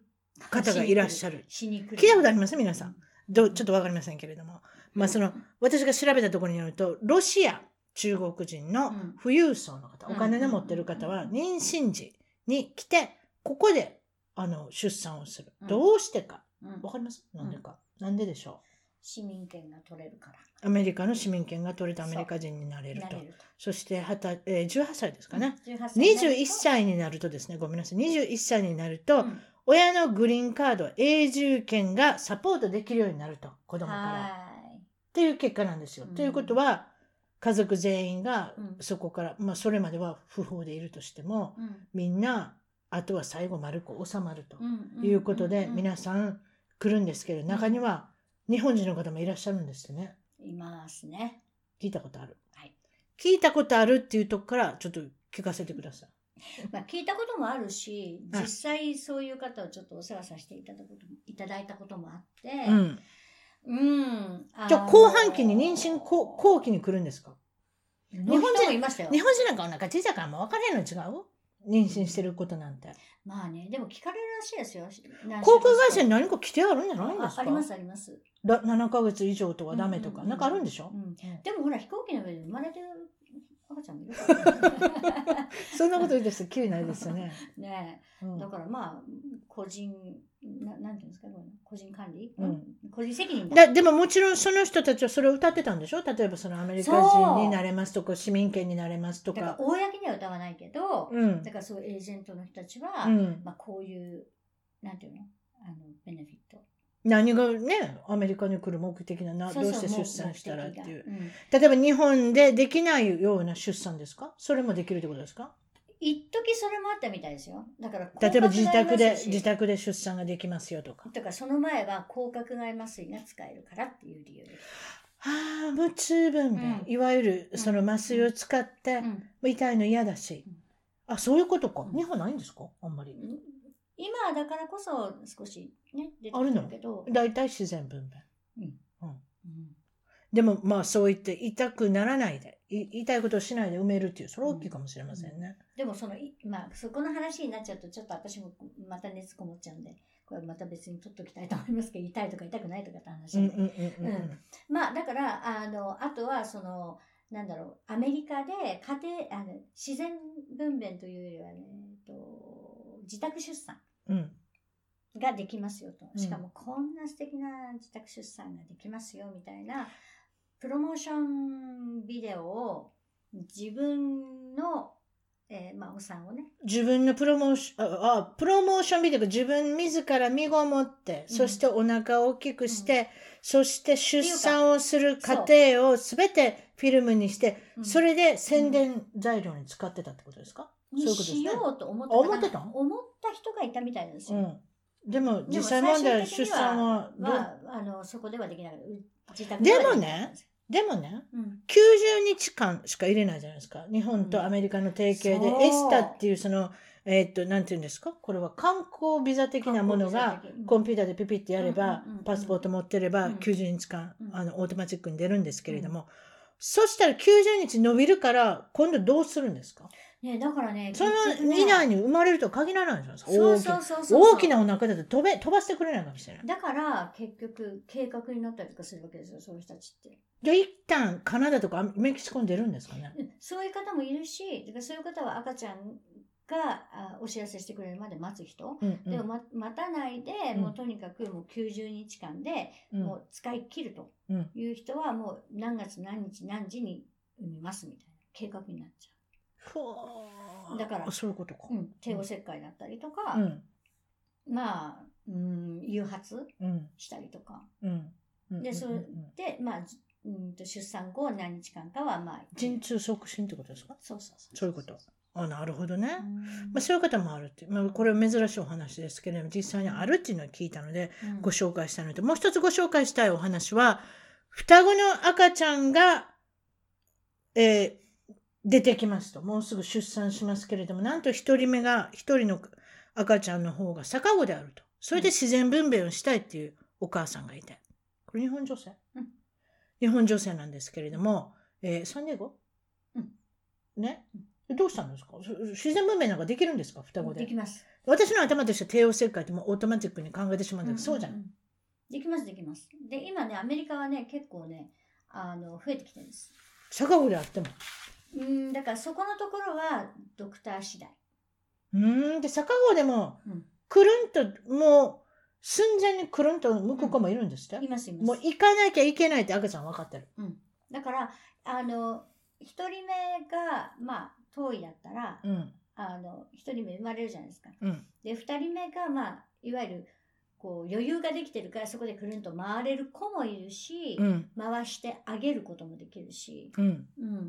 方がいらっしゃる。しに来る聞いたことありまます皆さん。どうちょっとわかりませんけれども。まあその、私が調べたところによると、ロシア、中国人のうん富裕層の方、うおん金の持ってる方は、妊娠時に来て、ここで、あの、出産をするう。んどうしてか。うんわかりますなんでか。なんででしょ市民権が取れるからう。アメリカの市民権が取れたアメリカ人になれるなとれ。るそして、はたえー18歳ですとかね。 18歳になると21歳になるとですね、ごめんなさい、21歳になると、うん親のグリーンカード、永住権がサポートできるようになると、子供から。っはーいていう結果なんですよ。うんということは、家族全員がうんそこから、まあ、それまでは不法でいるとしても、うんみんな、あとは最後、丸く収まるとうんんいうことで、うん皆さん来るんですけど、中には日本人の方もいらっしゃるんですってね。いますね聞いたことある。はい聞いたことあるっていうとこから、ちょっと聞かせてください。まあ、聞いたこともあるしはい実際そういう方をちょっとお世話させていただくこともいただいたこともあって、うんうん。じゃあ後半期に妊娠後後期に来るんですか日本人本人もいましたよ日。本人なんかお腹小さいからもう分からへんの違う妊娠してることなんてまあね、でも聞かれるらしいですよ。航空会社にに何か規定あるんじゃないんですあかありますあります。だ7ヶ月以上とかダメとうんうんかうんなんかあるんでしょ、うんうんでもほら飛行機の上で生まれてる赤ちゃんもい るからねそんなこと言うとしたらきりないですよね、ねうん え。だからまあ個人ななんていうんですかこれ個人管理、うん個人責任だ。だでももちろんその人たちはそれを歌ってたんでしょ例えばそのアメリカ人になれますとか市民権になれますとだからか公には歌わないけど、うんだからそういうエージェントの人たちは、うん、まあこういうなんていうのあのベネフィット。何がねアメリカに来る目的ななそうそうどうして出産したらってい。うも目的がん例えば日本でできないような出産ですかそれもできるってことですか一時それもあったみたいですよ。だから例えば自宅で広角がありますし自宅で出産ができますよとかとかその前は広角外麻酔が使えるからっていう理由で。ああ無痛分娩、うんいわゆるうんその麻酔を使って、うん痛いの嫌だし、うんあ、そういうことかう。ん日本ないんですかあんまり。今だからこそ少しね、出てあるくのるけど、大体自然分娩。うんでもまあそう言って痛くならないで、い言いたいことをしないで埋めるっていう、それは大きいかもしれませんね。でもその、いまあ、そこの話になっちゃうと、ちょっと私もまた熱こもっちゃうんで、これまた別に取っときたいと思いますけど、痛いとか痛くないとかって話うなんんうでんうんうんうん。まあだからあのあとはそのなんだろうアメリカで家庭あの自然分娩というよりはね、えっと、自宅出産うんができますよとうんしかもこんな素敵な自宅出産ができますよみたいなプロモーションビデオを自分の、えーまあ、お産をね自分のプロモーション、あ、あプロモーションビデオ、自分自ら身ごもって、うんそしてお腹を大きくして、そして出産をする過そう程をすべてフィルムにして、うんそれで宣伝材料に使ってたってことですか、にそういうことですしねようと思ってあ思ってたの思った人がいたみたいなんですうよ。ん。でもで実も際問題は最終出的に産はどう、まあ、あのそこではできなかったう自宅でもねはきなかったんすよでもね、うん90日間しか入れないじゃないですか。日本うとんアメリカの提携で、そうエスタっていうその、えーっと、なんていうんですかこれは観光ビザ的なものが、コンピューターでピピってやればうんうんうんう、んパスポート持ってればうん90日間う、んあの、オートマチックに出るんですけれども、そしたら90日伸びるから、今度どうするんですかねだからねその結局ね以内に生まれるとは限らないじゃないですか。そうそうそうそう大きな大きなお腹だと飛べ、飛ばしてくれないかもしれない。だから結局計画になったりとかするわけですよそういう人たちってじゃあ一旦カナダとかメキシコに出るんですかねうんそういう方もいるしだからそういう方は赤ちゃんがあお知らせしてくれるまで待つ人うんうんでも、ま、待たないで、うんもうとにかくもう90日間で、うんもう使い切るとうんいう人はもう何月何日何時に産みますみたいな計画になっちほーだからそういうことかゃう、うん、帝王切開だったりとか、うんまあうん誘発うんしたりとかうんうんでうんそうんううんで、まあ、じうんと出産後何日間かはまあ陣痛促進ってことですかそうそうそうそういうことあなるほどね、うんまあ、そういう方もあるっていう、まあ、これは珍しいお話ですけれども実際にあるっていうのを聞いたのでうんご紹介したのともう一つご紹介したいお話は双子の赤ちゃんが、えー出てきますともうすぐ出産しますけれどもなんと一人目が一人の赤ちゃんの方が逆子であるとそれで自然分娩をしたいっていうお母さんがいてこれ日本女性、うん日本女性なんですけれども、えーサンディエゴ、うんねどうしたんですかそ自然分娩なんかできるんですか双子でできます私の頭としては帝王切開ってもうオートマティックに考えてしまうんだけど、そうじゃないんできますできますで今ねアメリカはね結構ねあの増えてきてるんです逆子であってもうんだからそこのところはドクター次第うーんで逆子でもうんくるんともう寸前にくるんと向く子もいるんですってい、ますいもまうす行かなきゃいけないって赤ちゃん分かってるだからあの一人目がまあ遠いだったらうんあの一人目生まれるじゃないですかうんで二人目がまあいわゆるこう余裕ができてるからそこでくるんと回れる子もいるし、うん回してあげることもできるし、うんうん、っ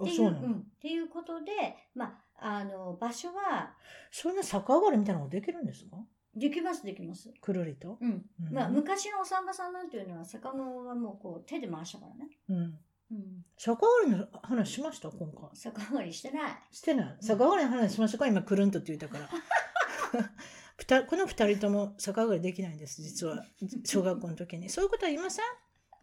あていうそううなの、ん、っていうことで、まあ、あの場所はそんな逆上がりみたいなのができるんですかできますできます。くるりと、うんうんまあ、昔のお産婆さんなんていうのは坂子はもうこう手で回したからね、うん、うん、逆上がりの話しました今回逆上がりしてないしてない逆上がりの話しましたか今くるんとって言ったから ふたこの二人とも逆上がりできないんです実は小学校の時にそういうことは言いません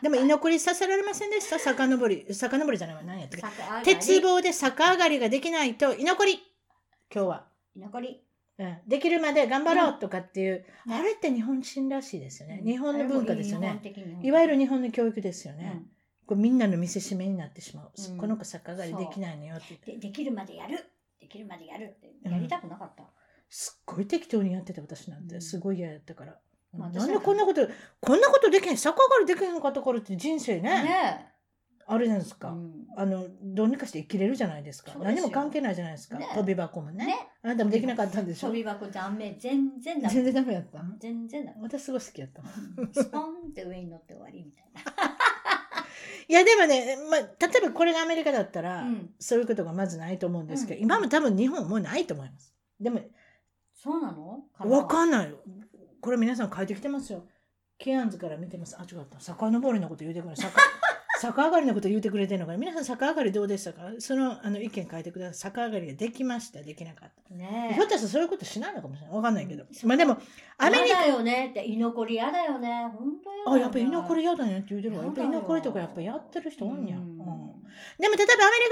でも居残りさせられませんでした遡り遡りじゃないわ何やったっけ坂上がり鉄棒で逆上がりができないと居残り今日は、残りうん、できるまで頑張ろうとかっていう、うんあれって日本人らしいですよね、日本の文化ですよねいいわゆるる日本の教育ですよね、こうみんなの見せしめになってしまう、うんこの子逆上がりできないのよってでできるまでやるできるまでやるってやりたくなかった、すっごい適当にやってた私なんて、うんすごい嫌やったから、まあなん私ではこんなことこんなことできへん逆上がりできへんかったからって人生ねねあるじゃないですえ、か、うんあのどうにかして生きれるじゃないですかそうですよ何も関係ないじゃないですか、ね飛び箱もねねあなたもできなかったんでし飛ょび箱ダメ全然ダメ全然ダメやった全 然だ。私すごい好きやったスポンって上に乗って終わりみたいな。いやでもね、まあ、例えばこれがアメリカだったら、うんそういうことがまずないと思うんですけど、うん今も多分日本もうないと思いますでもそうなのかわかんんないよ。こ れ皆さん書いてきてますよ。ケアンズから見てます。あ、違った。遡りのこと言うてくれ。逆逆上がりのこと言うてくれてるのかな皆さん逆上がりどうでしたかそのあの意見変えてください逆上がりができましたできなかったねひょっとしたらそういうことしないのかもしれないわかんないけど、うんまあでもアメリ嫌だよねって、居残り嫌だよね。本当よ。カあやっぱ居残り嫌だねって言うてるわやっぱ居残りとかやっぱやってる人おんやん、うんでも例えばアメリカ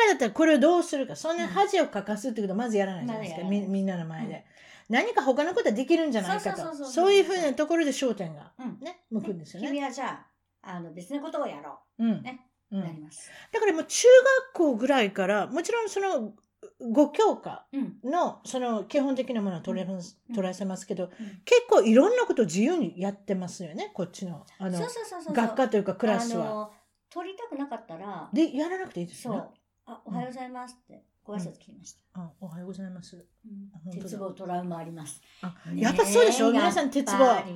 だったらこれをどうするかそんな恥をかかすってことはまずやらないじゃないですか、まずやらみないみんなの前で、何か他のことはできるんじゃないかそうそうそとうそうそういうふうなところで焦点がうんね向くんですよね。君はじゃあ、あの、別のことをやろうんねうう。んなります。だからもう中学校ぐらいからもちろんそのご教科うん。のその基本的なものは取れます、うん取らせますけどうん結構いろんなことを自由にやってますよねこっちのあのそうそうそうそう。学科というかクラスあは。の取りたくなかったら、でやらなくていいですそよねう。あ、おはようございますって、ご挨拶聞きました。あおはようございます。あ本当だ鉄棒トラウマあります。あねえやっぱそうでしょ皆さん鉄棒。やっぱり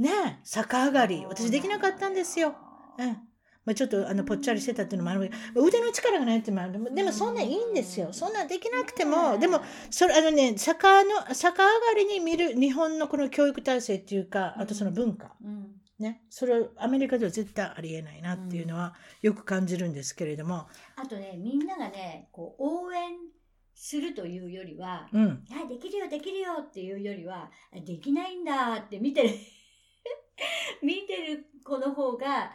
ねえ逆上がり私できなかったんですよ。。そうなんだまあ、ちょっとあのぽっちゃりしてたっていうのもあるけど腕の力がないっていうのもあるでもでもそんなんいいんですよそんなんできなくても、でも、それあのね逆の逆上がりに見る日本のこの教育体制っていうかあとその文化、うん、ねそれアメリカでは絶対ありえないなっていうのはよく感じるんですけれどもあとねみんながねこう応援するというよりは、うんあできるよできるよっていうよりはあできないんだって見てる 見てる子の方が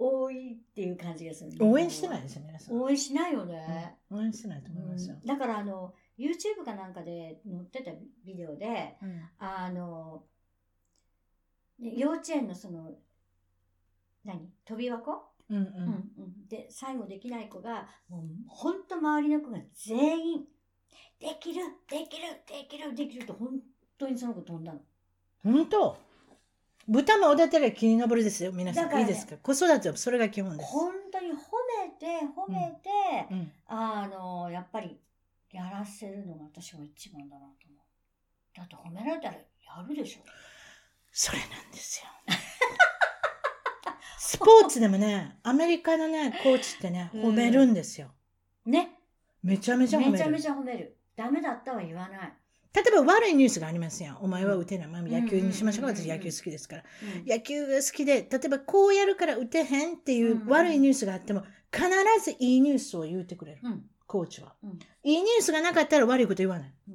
多いっていう感じがする応援してないですよ皆さん、応援しないよね、応援してないと思いますよ、うんだからあの YouTube かなんかで載ってたビデオであの、ね、幼稚園のその何飛び箱うんうんうんうんで最後できない子がもうほんと周りの子が全員「できるできるできるできる」と本当にその子飛んだの。本当豚もおだてりゃ木に登るですよ皆さん、だからいいねですか子育てはそれが基本です、本当に褒めて褒めて、うん、あのやっぱりやらせるのが私は一番だなと思う。だって褒められたらやるでしょ。それなんです よスポーツでもねアメリカのねコーチってねうん褒めるんですよ、ねめちゃめめちちゃゃ褒めるめちゃ褒める。ダメだったは言わない。例えば悪いニュースがありますやんお前は打てない、まあ、野球にしましょうか、うんうんうん私うん野球好きですからうん野球が好きで例えばこうやるから打てへんっていうんううん悪いニュースがあっても必ずいいニュースを言うてくれるうんコーチは、うんいいニュースがなかったら悪いこと言わないうん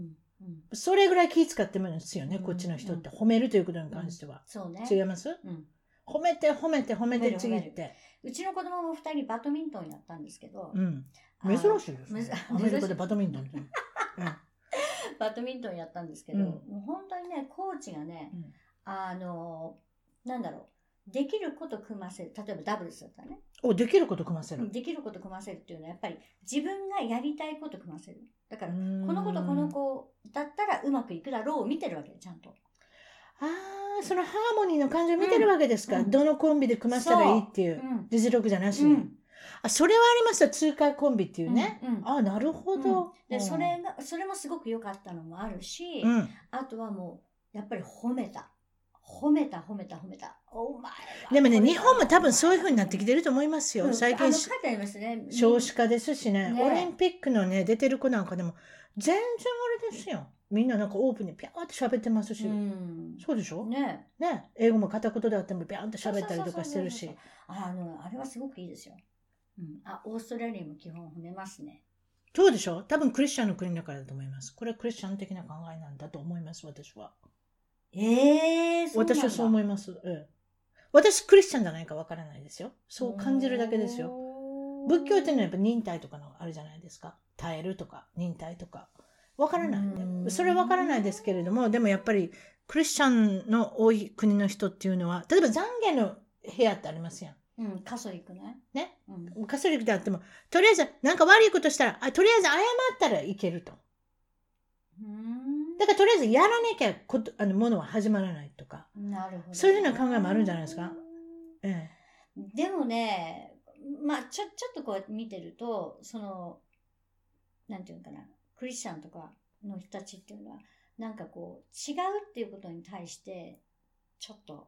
うんそれぐらい気遣ってもんですよね、うんこっちの人って褒めるということに関しては、そうね。違いますうん褒めて褒めて褒め褒めてるちぎって、うちの子供も二人バドミントンやったんですけど、うん、あ珍のしいです、むずね、アメリカでバド ミントンって、バドミントンやったんですけど、うんもう本当にねコーチがねうんあのなんだろうできること組ませる例えばダブルスだったらねおできること組ませる、できること組ませるっていうのはやっぱり自分がやりたいこと組ませるだから、うんこの子とこの子だったらうまくいくだろうを見てるわけよちゃんとあーそのハーモニーの感じを見てるわけですか、うんどのコンビで組ませたらいいっていううん実力じゃなしうに、んあそれはありました通貨コンビっていうね、うんうんあなるほど、でうんそれがそれもすごく良かったのもあるし、うん、あとはもうやっぱり褒めた褒めた褒めた褒めたお前はでもねこれ日本も多分そういうふうになってきてると思いますよ、うん最あ近の書いてありますね少子化ですしねねオリンピックのね出てる子なんかでも全然あれですよみんななんかオープンにピャーって喋ってますし、うんそうでしょねね英語も片言であってもピャーって喋ったりとかしてるしそうそうそうそう。あの、あれはすごくいいですよ。うん、あ、オーストラリアも基本褒めますね。そうでしょ多分クリスチャンの国だからだと思いますこれはクリスチャン的な考えなんだと思います私はええ私はそう思います、ええ私クリスチャンじゃないかわからないですよそう感じるだけですよよ仏教っていうのはやっぱぱ忍耐とかのあるじゃないですか耐えるとか忍耐とかわからないんうでんそれはわからないですけれどもでもやっぱりクリスチャンの多い国の人っていうのは例えば懺悔の部屋ってありますやん。うん、カソリックね。ね。うん。カソリックであってもとりあえずなんか悪いことしたらあとりあえず謝ったらいけるとうんだからとりあえずやらなきゃことあのものは始まらないとか、なるほど。そういうふうな考えもあるんじゃないですかえうん。でもね、まあ、ちょ、ちょっとこう見てると、その、なんていうのかな、クリスチャンとかの人たちっていうのは、なんかこう、違うっていうことに対して、ちょっと、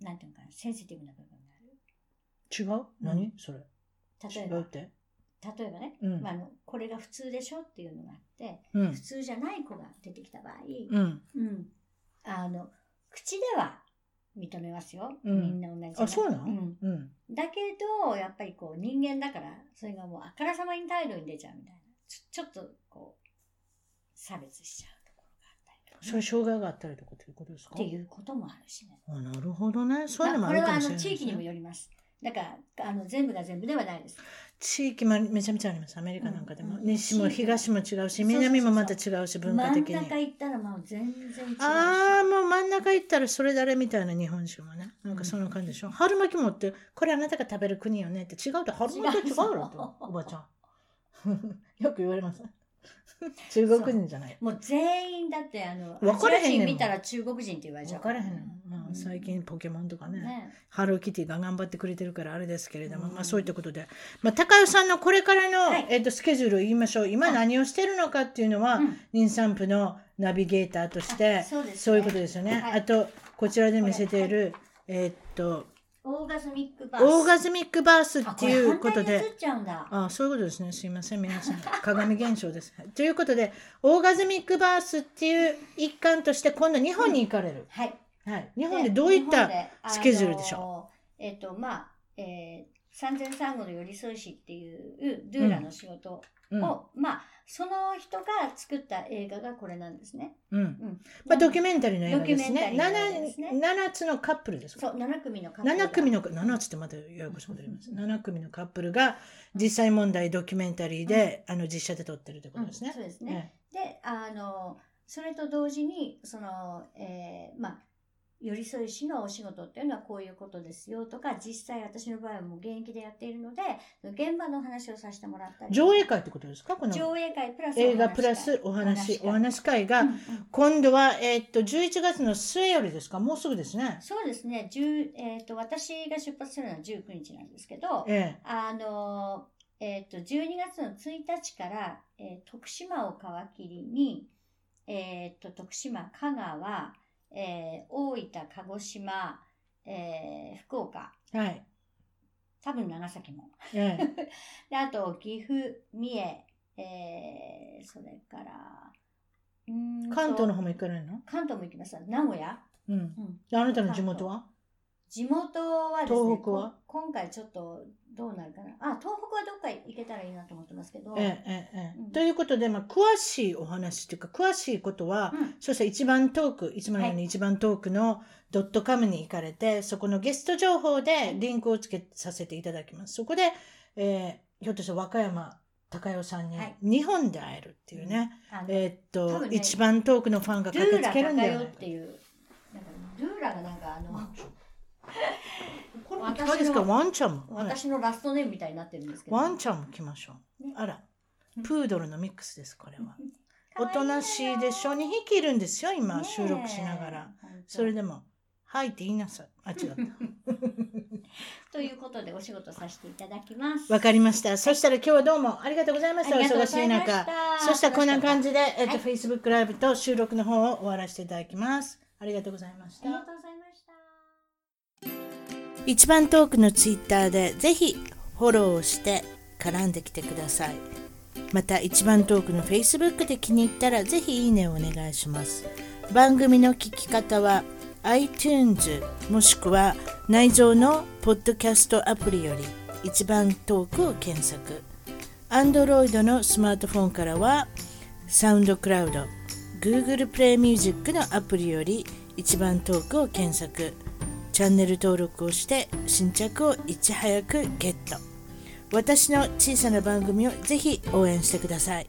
なんていうのかな、センシティブな部分がある。え、違う何、それ例違えうばって、例えばね、うんまあ、あのこれが普通でしょっていうのがあってうん普通じゃない子が出てきた場合、うんうんあの口では認めますよ。うんみんな同じじゃい。あそうなのんうん。だけど、やっぱりこう人間だから、それがもうあからさまに態度に出ちゃうみたいな。ちょちょっとこう、差別しちゃうところがあったりとかね、そういう障害があったりとかということですかっていうこともあるしね。あなるほどね。そういうのまもああこれるかはもあしれのないです地ね、域にもよります。だから、あの全部が全部ではないです。地域まめちゃめちゃあります。アメリカなんかでも。うんうん西も東も違うし、そうそうそう南もまた違うし、真文化ん的に。中行ったらもう全然違うし。ああ、もう真ん中行ったらそれだれみたいな日本酒もね。なんかそんな感じでしょ。春巻きもって、これあなたが食べる国よねって違うと春巻きは違うよと、違うおばちゃん。 よく言われます。中国人じゃない。もう全員だってあの、分かれへんねんもんアジア人見たら中国人って言われちゃ分うからへんねの。まあ、最近ポケモンとかね、ね。ハローキティが頑張ってくれてるからあれですけれども、うんまあそういったことで、まあ、高代さんのこれからの、はいえっとスケジュールを言いましょう。今何をしてるのかっていうのは、うん妊産婦のナビゲーターとしてあ、そうですねそういうことですよね。はいあと、こちらで見せている、えっと、オーガズミックバース。オーガズミックバースっていうことあこれ反対に映で、っちゃうんだ。あそういうことですね。すいません、皆さん。鏡現象です。ということで、オーガズミックバースっていう一環として、今度日本に行かれる。はい。はい。日本でどういった、スケジュールでしょうえっ、と、まあ、えー、産前産後の寄り添い師っていうドゥーラの仕事を、うん、まあ、その人が作った映画がこれなんですね。うんう。んまあ、ドキュメンタリーの映画ですね。ドキュメンタリーの映画ですね 7, 7つのカップルですかそう、7組のカップルが7組の7つってまたややこしいこと言います7組のカップルが実際問題ドキュメンタリーで、あの実写で撮ってるってことですうんねそ。うですね。で、あの、それと同時に、その、えーまあ、寄り添い師のお仕事っていうのはこういうことですよとか、実際私の場合はもう現役でやっているので、現場のお話をさせてもらったええり。上映会ってことですかこの上映会プラスお話会映画プラスお話おお話話会会が、うんうん今度は、えーっと11月の末よりですかもうすぐですね。そうですね、10えっと私が出発するのは19日なんですけど、えあのえっと12月の1日から、えー徳島を皮切りに、えっと徳島、香川、えー大分、鹿児島、えー福岡、えはい、多分長崎も、え えであと岐阜、三重、えーそれからうーんと関東の方も行かれるの、関東も行きました、名古屋。うん、うんであなたの地元は地元はですね東北はこ今回ちょっとどうなるかなあ東北はどっか行けたらいいなと思ってますけど、ええええええうんということで、まあ、詳しいお話というか詳しいことは、うんそして一番トーク、いつものように一番トークのドットカムに行かれて、そこのゲスト情報でリンクをつけさせていただきます。そこで、えーひょっとして和歌山高代さんにはい日本で会えるっていうね、あのえーっ多と、分ね一番トークのファンがルー駆けラつけるん高だよよっていうなんかルーラがなんかあのこれも来たですか私のワンちゃんも。はい私のラストネームみたいになってるんですけどワンちゃんも来ましょうね。あらう、んプードルのミックスです、 これは。可お愛いとなしいでしょ。2匹いるんですよ、今、ねえ収録しながら。本当それでも、はいって言いなさい。あ、 違った。ということでお仕事させていただきますわかりました。そしたら今日はどうもありがとうございました。おありがと忙うごしざいいまし中た。そしたらこんな感じで、えっと、はい Facebook ライブと収録の方を終わらせていただきます。ありがとうございましありがた。とうございました一番トークの Twitter でぜひフォローして絡んできてください。また一番トークの Facebook で気に入ったらぜひいいねをお願いします。番組の聞き方は iTunes もしくは内蔵のポッドキャストアプリより一番トークを検索。Android のスマートフォンからはサウンドクラウド Google プレイミュージックのアプリより一番トークを検索チャンネル登録をして新着をいち早くゲット私の小さな番組をぜひ応援してください